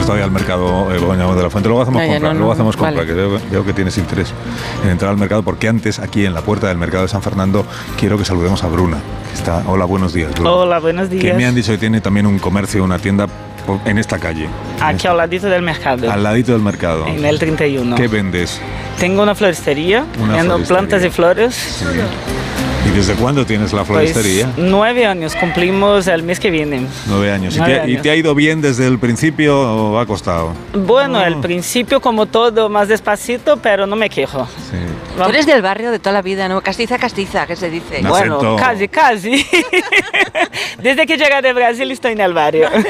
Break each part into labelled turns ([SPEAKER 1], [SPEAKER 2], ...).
[SPEAKER 1] está hoy al mercado eh, Begoña de la Fuente. Luego hacemos
[SPEAKER 2] Ah, ya,
[SPEAKER 1] compra,
[SPEAKER 2] no, no,
[SPEAKER 1] luego hacemos
[SPEAKER 2] vale.
[SPEAKER 1] compra, que veo, veo que tienes interés en entrar al mercado, porque antes, aquí en la puerta del mercado de San Fernando, quiero que saludemos a Bruna. que está, hola, buenos días, Bruna.
[SPEAKER 3] Hola, buenos
[SPEAKER 1] Que
[SPEAKER 3] días.
[SPEAKER 1] me han dicho que tiene también un comercio, una tienda por- en esta calle,
[SPEAKER 3] Aquí al ladito del mercado,
[SPEAKER 1] al ladito del mercado.
[SPEAKER 3] en el 31.
[SPEAKER 1] ¿Qué vendes?
[SPEAKER 3] Tengo una floristería,
[SPEAKER 1] Una
[SPEAKER 3] vendo
[SPEAKER 1] floristería.
[SPEAKER 3] plantas y flores.
[SPEAKER 1] Sí. ¿Y desde cuándo tienes la
[SPEAKER 3] Pues,
[SPEAKER 1] floristería?
[SPEAKER 3] nueve años cumplimos el mes que viene.
[SPEAKER 1] Nueve años. ¿Y,
[SPEAKER 3] Nueve
[SPEAKER 1] te, y
[SPEAKER 3] años.
[SPEAKER 1] te ha ido bien desde el principio o ha costado?
[SPEAKER 3] Bueno,
[SPEAKER 1] Ah.
[SPEAKER 3] al principio como todo más despacito, pero no me quejo.
[SPEAKER 1] Sí.
[SPEAKER 3] Va-
[SPEAKER 2] Tú eres del barrio de toda la vida, ¿no? Castiza, castiza, que se dice.
[SPEAKER 1] No.
[SPEAKER 3] bueno,
[SPEAKER 1] acento.
[SPEAKER 3] casi, casi. Desde que llegué de Brasil estoy en el barrio.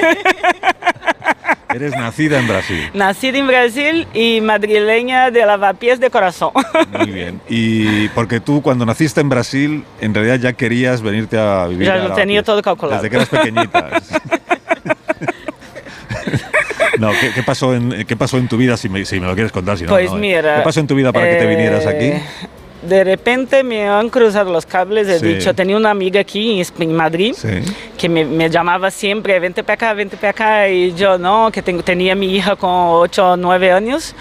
[SPEAKER 1] Eres nacida en Brasil.
[SPEAKER 3] Nacida en Brasil y madrileña de lavapiés de corazón.
[SPEAKER 1] Muy bien. Y porque tú cuando naciste en Brasil, en realidad ya querías venirte a vivir.
[SPEAKER 3] Ya
[SPEAKER 1] a
[SPEAKER 3] lo
[SPEAKER 1] la
[SPEAKER 3] tenía
[SPEAKER 1] piel.
[SPEAKER 3] todo calculado.
[SPEAKER 1] Desde que eras pequeñita. No, ¿qué, qué pasó en, ¿qué pasó en tu vida? Si me, si me lo quieres contar, si no,
[SPEAKER 3] Pues
[SPEAKER 1] no.
[SPEAKER 3] mira.
[SPEAKER 1] ¿Qué pasó en tu vida para que te
[SPEAKER 3] eh,
[SPEAKER 1] vinieras aquí?
[SPEAKER 3] De repente me han cruzado los cables. He
[SPEAKER 1] Sí.
[SPEAKER 3] dicho, tenía una amiga aquí en Esp- en Madrid
[SPEAKER 1] Sí.
[SPEAKER 3] que me, me llamaba siempre, vente para acá, vente para acá. Y yo no, que tengo, tenía mi hija con 8 o 9 años.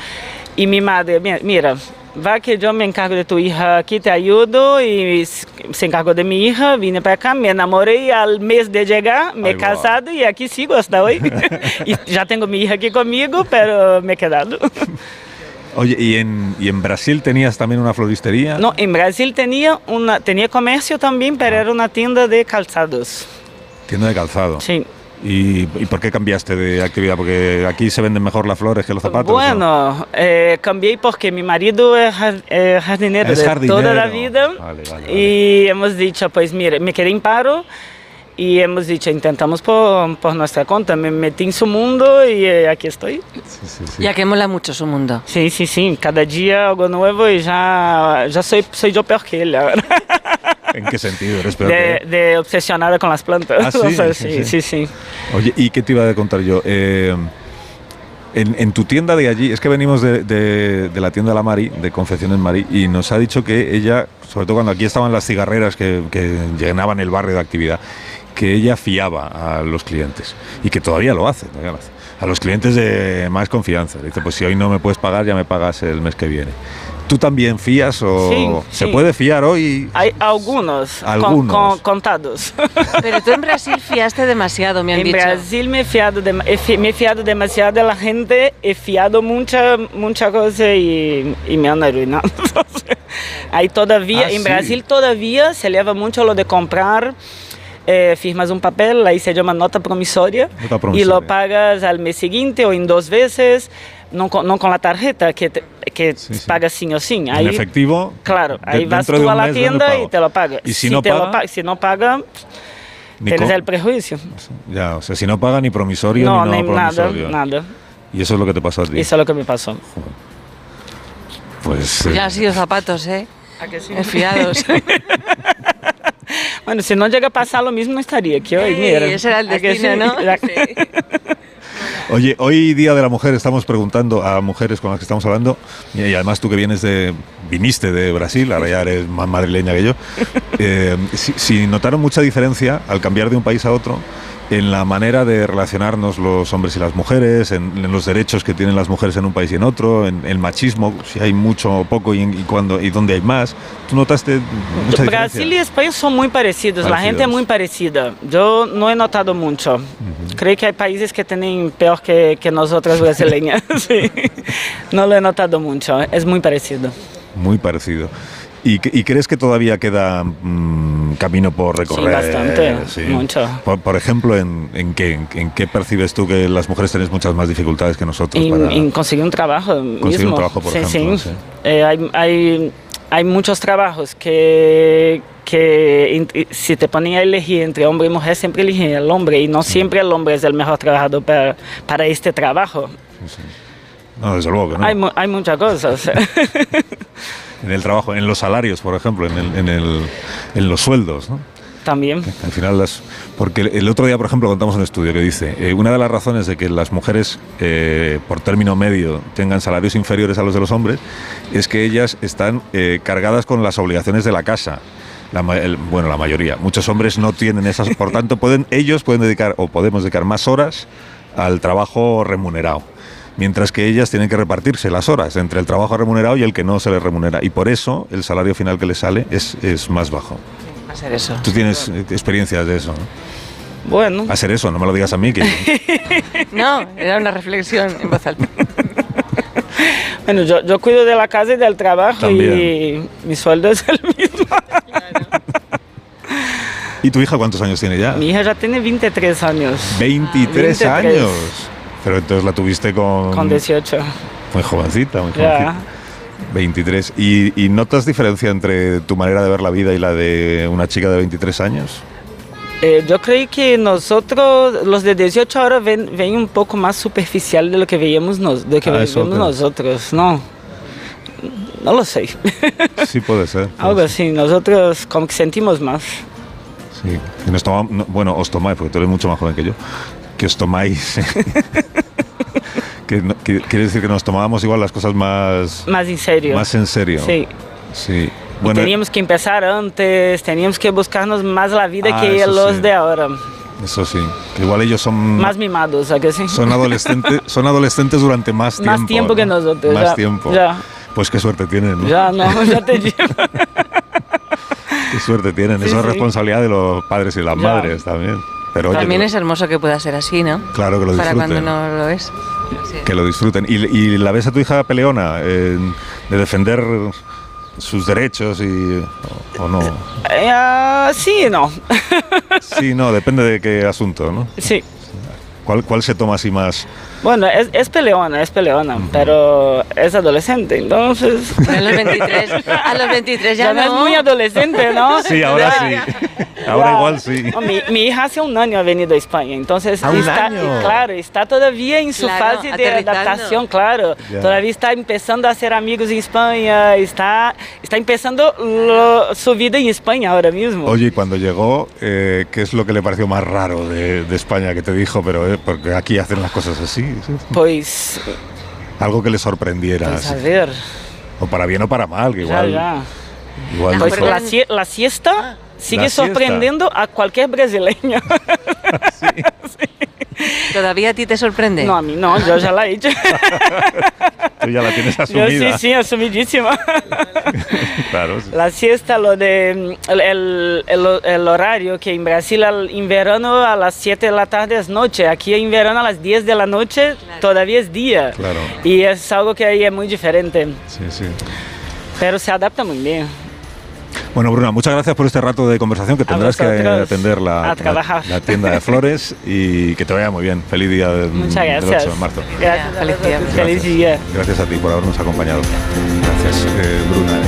[SPEAKER 3] Y mi madre, "Mi- mira, va que yo me encargo de tu hija aquí, te ayudo. Y s- se encargó de mi hija, vine para acá, me enamoré y al mes de llegar me
[SPEAKER 1] Ahí
[SPEAKER 3] he
[SPEAKER 1] va.
[SPEAKER 3] casado y aquí sigo hasta hoy. y ya tengo mi hija aquí conmigo, pero me he quedado.
[SPEAKER 1] Oye, ¿y en, ¿y en Brasil tenías también una floristería?
[SPEAKER 3] No, en Brasil tenía una tenía comercio también,
[SPEAKER 1] Ah.
[SPEAKER 3] pero era una tienda de calzados.
[SPEAKER 1] Tienda de calzado.
[SPEAKER 3] Sí.
[SPEAKER 1] ¿Y, y por qué cambiaste de actividad? Porque aquí se venden mejor las flores que los zapatos. ah. ¿no?
[SPEAKER 3] bueno, eh, cambié porque mi marido es jar- eh, jardinero
[SPEAKER 1] Es
[SPEAKER 3] de
[SPEAKER 1] jardinero.
[SPEAKER 3] toda la vida
[SPEAKER 1] Vale, vale, vale.
[SPEAKER 3] y hemos dicho, pues mire, me quedé en paro y hemos dicho, intentamos por, por nuestra cuenta, me metí en su mundo y eh, aquí estoy.
[SPEAKER 1] Sí, sí, sí.
[SPEAKER 2] Ya que mola mucho su mundo.
[SPEAKER 3] Sí, sí, sí, cada día algo nuevo y ya, ya soy, soy yo peor que él ahora.
[SPEAKER 1] ¿En qué sentido eres peor que
[SPEAKER 3] De,
[SPEAKER 1] yo?
[SPEAKER 3] de obsesionada con las plantas.
[SPEAKER 1] Ah, sí,
[SPEAKER 3] O sea,
[SPEAKER 1] sí, sí.
[SPEAKER 3] sí, sí.
[SPEAKER 1] Oye, ¿y qué te iba a contar yo? Eh, en, en tu tienda de allí, es que venimos de, de- de la tienda La Mari, de Confecciones Mari, y nos ha dicho que ella, sobre todo cuando aquí estaban las cigarreras que, que llenaban el barrio de actividad, que ella fiaba a los clientes y que todavía lo hace, todavía lo hace. a los clientes de más confianza. Le dice, pues si hoy no me puedes pagar, ya me pagas el mes que viene. ¿Tú también fías o
[SPEAKER 3] Sí,
[SPEAKER 1] se
[SPEAKER 3] sí.
[SPEAKER 1] puede fiar hoy?
[SPEAKER 3] Hay algunos, con-
[SPEAKER 1] Algunos.
[SPEAKER 3] con- contados.
[SPEAKER 2] Pero tú en Brasil fiaste demasiado, me han
[SPEAKER 3] en
[SPEAKER 2] dicho.
[SPEAKER 3] Brasil me he, fiado dem- he fi- me he fiado demasiado a la gente, he fiado mucha, mucha cosa y, y me han arruinado. Ahí todavía,
[SPEAKER 1] Ah,
[SPEAKER 3] en
[SPEAKER 1] sí.
[SPEAKER 3] Brasil todavía se lleva mucho lo de comprar. eh, firmas un papel, ahí se llama nota promisoria,
[SPEAKER 1] Nota
[SPEAKER 3] y lo
[SPEAKER 1] promisoria.
[SPEAKER 3] pagas al mes siguiente o en dos veces, no con, no con la tarjeta que, te- que
[SPEAKER 1] Sí, sí.
[SPEAKER 3] pagas sin o sin.
[SPEAKER 1] en
[SPEAKER 3] Ahí,
[SPEAKER 1] efectivo.
[SPEAKER 3] Claro,
[SPEAKER 1] de-
[SPEAKER 3] ahí vas
[SPEAKER 1] dentro de
[SPEAKER 3] tú a
[SPEAKER 1] un
[SPEAKER 3] la
[SPEAKER 1] mes, ¿dónde
[SPEAKER 3] tienda
[SPEAKER 1] pago?
[SPEAKER 3] y te lo pagas.
[SPEAKER 1] Y si, no
[SPEAKER 3] te lo
[SPEAKER 1] paga,
[SPEAKER 3] pa- si no paga,
[SPEAKER 1] ni
[SPEAKER 3] tienes
[SPEAKER 1] co-
[SPEAKER 3] el prejuicio.
[SPEAKER 1] Ya, o sea, si no paga ni promisorio
[SPEAKER 3] No,
[SPEAKER 1] ni
[SPEAKER 3] ni
[SPEAKER 1] no
[SPEAKER 3] nada,
[SPEAKER 1] promisorio.
[SPEAKER 3] nada.
[SPEAKER 1] Y eso es lo que te pasó a ti.
[SPEAKER 3] Eso es lo que me pasó.
[SPEAKER 1] Pues eh,
[SPEAKER 2] Ya han sido zapatos, ¿eh? Fiados.
[SPEAKER 3] Bueno, si no llega a pasar lo mismo, no estaría aquí hoy. Mira.
[SPEAKER 2] Ey, ese era el
[SPEAKER 3] ¿A que
[SPEAKER 2] destino,
[SPEAKER 3] sí?
[SPEAKER 2] ¿no?
[SPEAKER 3] Ya-
[SPEAKER 1] Oye, hoy día de la mujer estamos preguntando a mujeres con las que estamos hablando y además tú que vienes de viniste de Brasil, ahora ya eres más madrileña que yo. eh, si, si notaron mucha diferencia al cambiar de un país a otro en la manera de relacionarnos los hombres y las mujeres, en, en los derechos que tienen las mujeres en un país y en otro, en el machismo, si hay mucho o poco y, y cuándo y dónde hay más. ¿Tú notaste mucha diferencia?
[SPEAKER 3] Brasil y España son muy parecidos, la gente es
[SPEAKER 1] Parecidos.
[SPEAKER 3] muy parecida. Yo no he notado mucho. Creo que hay países que tienen peor que, que nosotras brasileñas. Sí. No lo he notado mucho, es muy parecido.
[SPEAKER 1] Muy parecido. ¿Y, cre- y crees que todavía queda mm, camino por recorrer?
[SPEAKER 3] bastante, mucho.
[SPEAKER 1] Por, por ejemplo, ¿en, en qué, en, en qué percibes tú que las mujeres tenéis muchas más dificultades que nosotros?
[SPEAKER 3] En,
[SPEAKER 1] Pues para-
[SPEAKER 3] en conseguir un trabajo mismo.
[SPEAKER 1] un trabajo, por
[SPEAKER 3] sí,
[SPEAKER 1] ejemplo,
[SPEAKER 3] sí.
[SPEAKER 1] sí.
[SPEAKER 3] Eh, hay, hay, hay muchos trabajos que, que ent- si te ponen a elegir entre hombre y mujer, siempre eligen el hombre
[SPEAKER 1] Mm.
[SPEAKER 3] y no siempre el hombre es el mejor trabajador para, para este trabajo.
[SPEAKER 1] No, desde luego que no.
[SPEAKER 3] Hay, mu- hay muchas cosas.
[SPEAKER 1] En el trabajo, en los salarios, por ejemplo, en, el- en el- en los sueldos, ¿no?
[SPEAKER 3] También.
[SPEAKER 1] Al final las... Porque el- el otro día, por ejemplo, contamos un estudio que dice, eh, una de las razones de que las mujeres, eh, por término medio, tengan salarios inferiores a los de los hombres, es que ellas están eh, cargadas con las obligaciones de la casa. La ma- el- bueno, la mayoría. Muchos hombres no tienen esas, por tanto, pueden, ellos pueden dedicar o podemos dedicar más horas al trabajo remunerado mientras que ellas tienen que repartirse las horas entre el trabajo remunerado y el que no se les remunera. Y por eso el salario final que les sale es, es más bajo.
[SPEAKER 2] Va a ser eso.
[SPEAKER 1] Tú tienes eh, experiencias de eso, ¿no?
[SPEAKER 3] Bueno,
[SPEAKER 1] Hacer eso, no me lo digas a mí, que
[SPEAKER 2] No, era una reflexión en voz alta.
[SPEAKER 3] bueno yo, yo cuido de la casa y del trabajo
[SPEAKER 1] También.
[SPEAKER 3] y mi sueldo es el mismo.
[SPEAKER 1] ¿Y tu hija cuántos años tiene ya?
[SPEAKER 3] Mi hija ya tiene 23 años.
[SPEAKER 1] 23
[SPEAKER 3] 23.
[SPEAKER 1] años. Pero entonces la tuviste con...
[SPEAKER 3] Con 18.
[SPEAKER 1] Muy jovencita, muy jovencita.
[SPEAKER 3] Ya.
[SPEAKER 1] 23. ¿Y, ¿Y notas diferencia entre tu manera de ver la vida y la de una chica de 23 años?
[SPEAKER 3] Eh, yo creo que nosotros, los de 18 ahora, ven, ven un poco más superficial de lo que veíamos, nos- de lo que
[SPEAKER 1] Ah, eso
[SPEAKER 3] veíamos
[SPEAKER 1] creo.
[SPEAKER 3] nosotros, ¿no? No lo sé.
[SPEAKER 1] Sí, puede ser. puede
[SPEAKER 3] Algo
[SPEAKER 1] ser.
[SPEAKER 3] así, nosotros como que sentimos más.
[SPEAKER 1] Sí. Que nos tomamos, no, bueno, os tomáis, porque tú eres mucho más joven que yo. Que os tomáis. que, no- que- quiere decir que nos tomábamos igual las cosas más,
[SPEAKER 3] Más en serio.
[SPEAKER 1] más en serio. eh,
[SPEAKER 3] Sí.
[SPEAKER 1] Sí.
[SPEAKER 3] Y teníamos que empezar antes, teníamos que buscarnos más la vida
[SPEAKER 1] Ah,
[SPEAKER 3] que
[SPEAKER 1] eso
[SPEAKER 3] los
[SPEAKER 1] sí. Mm.
[SPEAKER 3] de ahora.
[SPEAKER 1] eso sí. Que igual ellos son.
[SPEAKER 3] Más mimados, ¿a que sí?
[SPEAKER 1] son adolescentes, son adolescentes durante más tiempo.
[SPEAKER 3] Más tiempo que nosotros,
[SPEAKER 1] Más
[SPEAKER 3] ya,
[SPEAKER 1] tiempo.
[SPEAKER 3] ya.
[SPEAKER 1] Pues qué suerte tienen, ¿no?
[SPEAKER 3] Ya, no, ya te digo.
[SPEAKER 1] Qué suerte tienen.
[SPEAKER 3] Sí,
[SPEAKER 1] Eso es
[SPEAKER 3] sí.
[SPEAKER 1] responsabilidad de los padres y las
[SPEAKER 3] Ya.
[SPEAKER 1] madres también. Pero oye,
[SPEAKER 2] También
[SPEAKER 1] que-
[SPEAKER 2] es hermoso que pueda ser así, ¿no?
[SPEAKER 1] Claro, que lo
[SPEAKER 2] Para cuando
[SPEAKER 1] disfruten.
[SPEAKER 2] no lo es. Sí.
[SPEAKER 1] que lo disfruten. ¿Y, y la ves a tu hija peleona eh, de defender sus derechos y, o, o no?
[SPEAKER 3] Eh, ah, sí y no.
[SPEAKER 1] Sí, no, depende de qué asunto, ¿no?
[SPEAKER 3] Sí.
[SPEAKER 1] ¿Cuál, cuál se toma así más?
[SPEAKER 3] Bueno, es, es peleona, es peleona, pero es adolescente, entonces...
[SPEAKER 2] A los 23, a los 23 Pues ya,
[SPEAKER 3] Ya no es muy adolescente, ¿no?
[SPEAKER 1] Sí, ahora
[SPEAKER 3] Ya.
[SPEAKER 1] sí. Ahora
[SPEAKER 3] Ya.
[SPEAKER 1] igual sí.
[SPEAKER 3] No, mi, mi hija hace un año ha venido a España, entonces
[SPEAKER 1] Ah, un
[SPEAKER 3] está,
[SPEAKER 1] año.
[SPEAKER 3] claro, está todavía en su
[SPEAKER 2] Claro,
[SPEAKER 3] fase de
[SPEAKER 2] aterrizando.
[SPEAKER 3] adaptación, claro.
[SPEAKER 1] Ya.
[SPEAKER 3] Todavía está empezando a hacer amigos en España, está, está empezando lo- su vida en España ahora mismo.
[SPEAKER 1] Oye, y cuando llegó, eh, ¿qué es lo que le pareció más raro de, de España que te dijo? Pero eh, porque aquí hacen las cosas así. ¿sí?
[SPEAKER 3] Pues,
[SPEAKER 1] Algo que le sorprendiera.
[SPEAKER 3] pues a
[SPEAKER 1] así.
[SPEAKER 3] ver,
[SPEAKER 1] O para bien o para mal, que
[SPEAKER 3] ya,
[SPEAKER 1] igual.
[SPEAKER 3] ya.
[SPEAKER 1] igual
[SPEAKER 3] Pues
[SPEAKER 1] dijo,
[SPEAKER 3] la, sie- la
[SPEAKER 2] Ah.
[SPEAKER 3] siesta sigue
[SPEAKER 1] La siesta.
[SPEAKER 3] sorprendiendo a cualquier brasileño.
[SPEAKER 2] ¿Todavía a ti te sorprende?
[SPEAKER 3] No, a mí no, yo ya la he hecho.
[SPEAKER 1] Tú ya la tienes
[SPEAKER 3] Yo sí,
[SPEAKER 1] asumida.
[SPEAKER 3] sí, asumidísima.
[SPEAKER 1] Claro, sí.
[SPEAKER 3] La siesta, lo de mm, el, el- el- el horario, que en Brasil al- en verano a las 7 de la tarde es noche, aquí en verano a las 10 de la noche todavía es día.
[SPEAKER 1] Claro.
[SPEAKER 3] Y es algo que ahí es muy diferente,
[SPEAKER 1] sí, sí.
[SPEAKER 3] pero se adapta muy bien.
[SPEAKER 1] Mm, Bueno, Bruna, muchas gracias por este rato de conversación que
[SPEAKER 3] A
[SPEAKER 1] tendrás que
[SPEAKER 3] vosotros.
[SPEAKER 1] atender la,
[SPEAKER 3] A trabajar.
[SPEAKER 1] la- la tienda de flores y que te vaya muy bien. Feliz día del,
[SPEAKER 3] Muchas
[SPEAKER 1] del
[SPEAKER 3] gracias.
[SPEAKER 1] 8 de marzo.
[SPEAKER 3] Gracias, a
[SPEAKER 2] Feliz día.
[SPEAKER 3] vosotros. Feliz día.
[SPEAKER 1] Gracias a ti por habernos acompañado. Gracias, eh, Bruna. En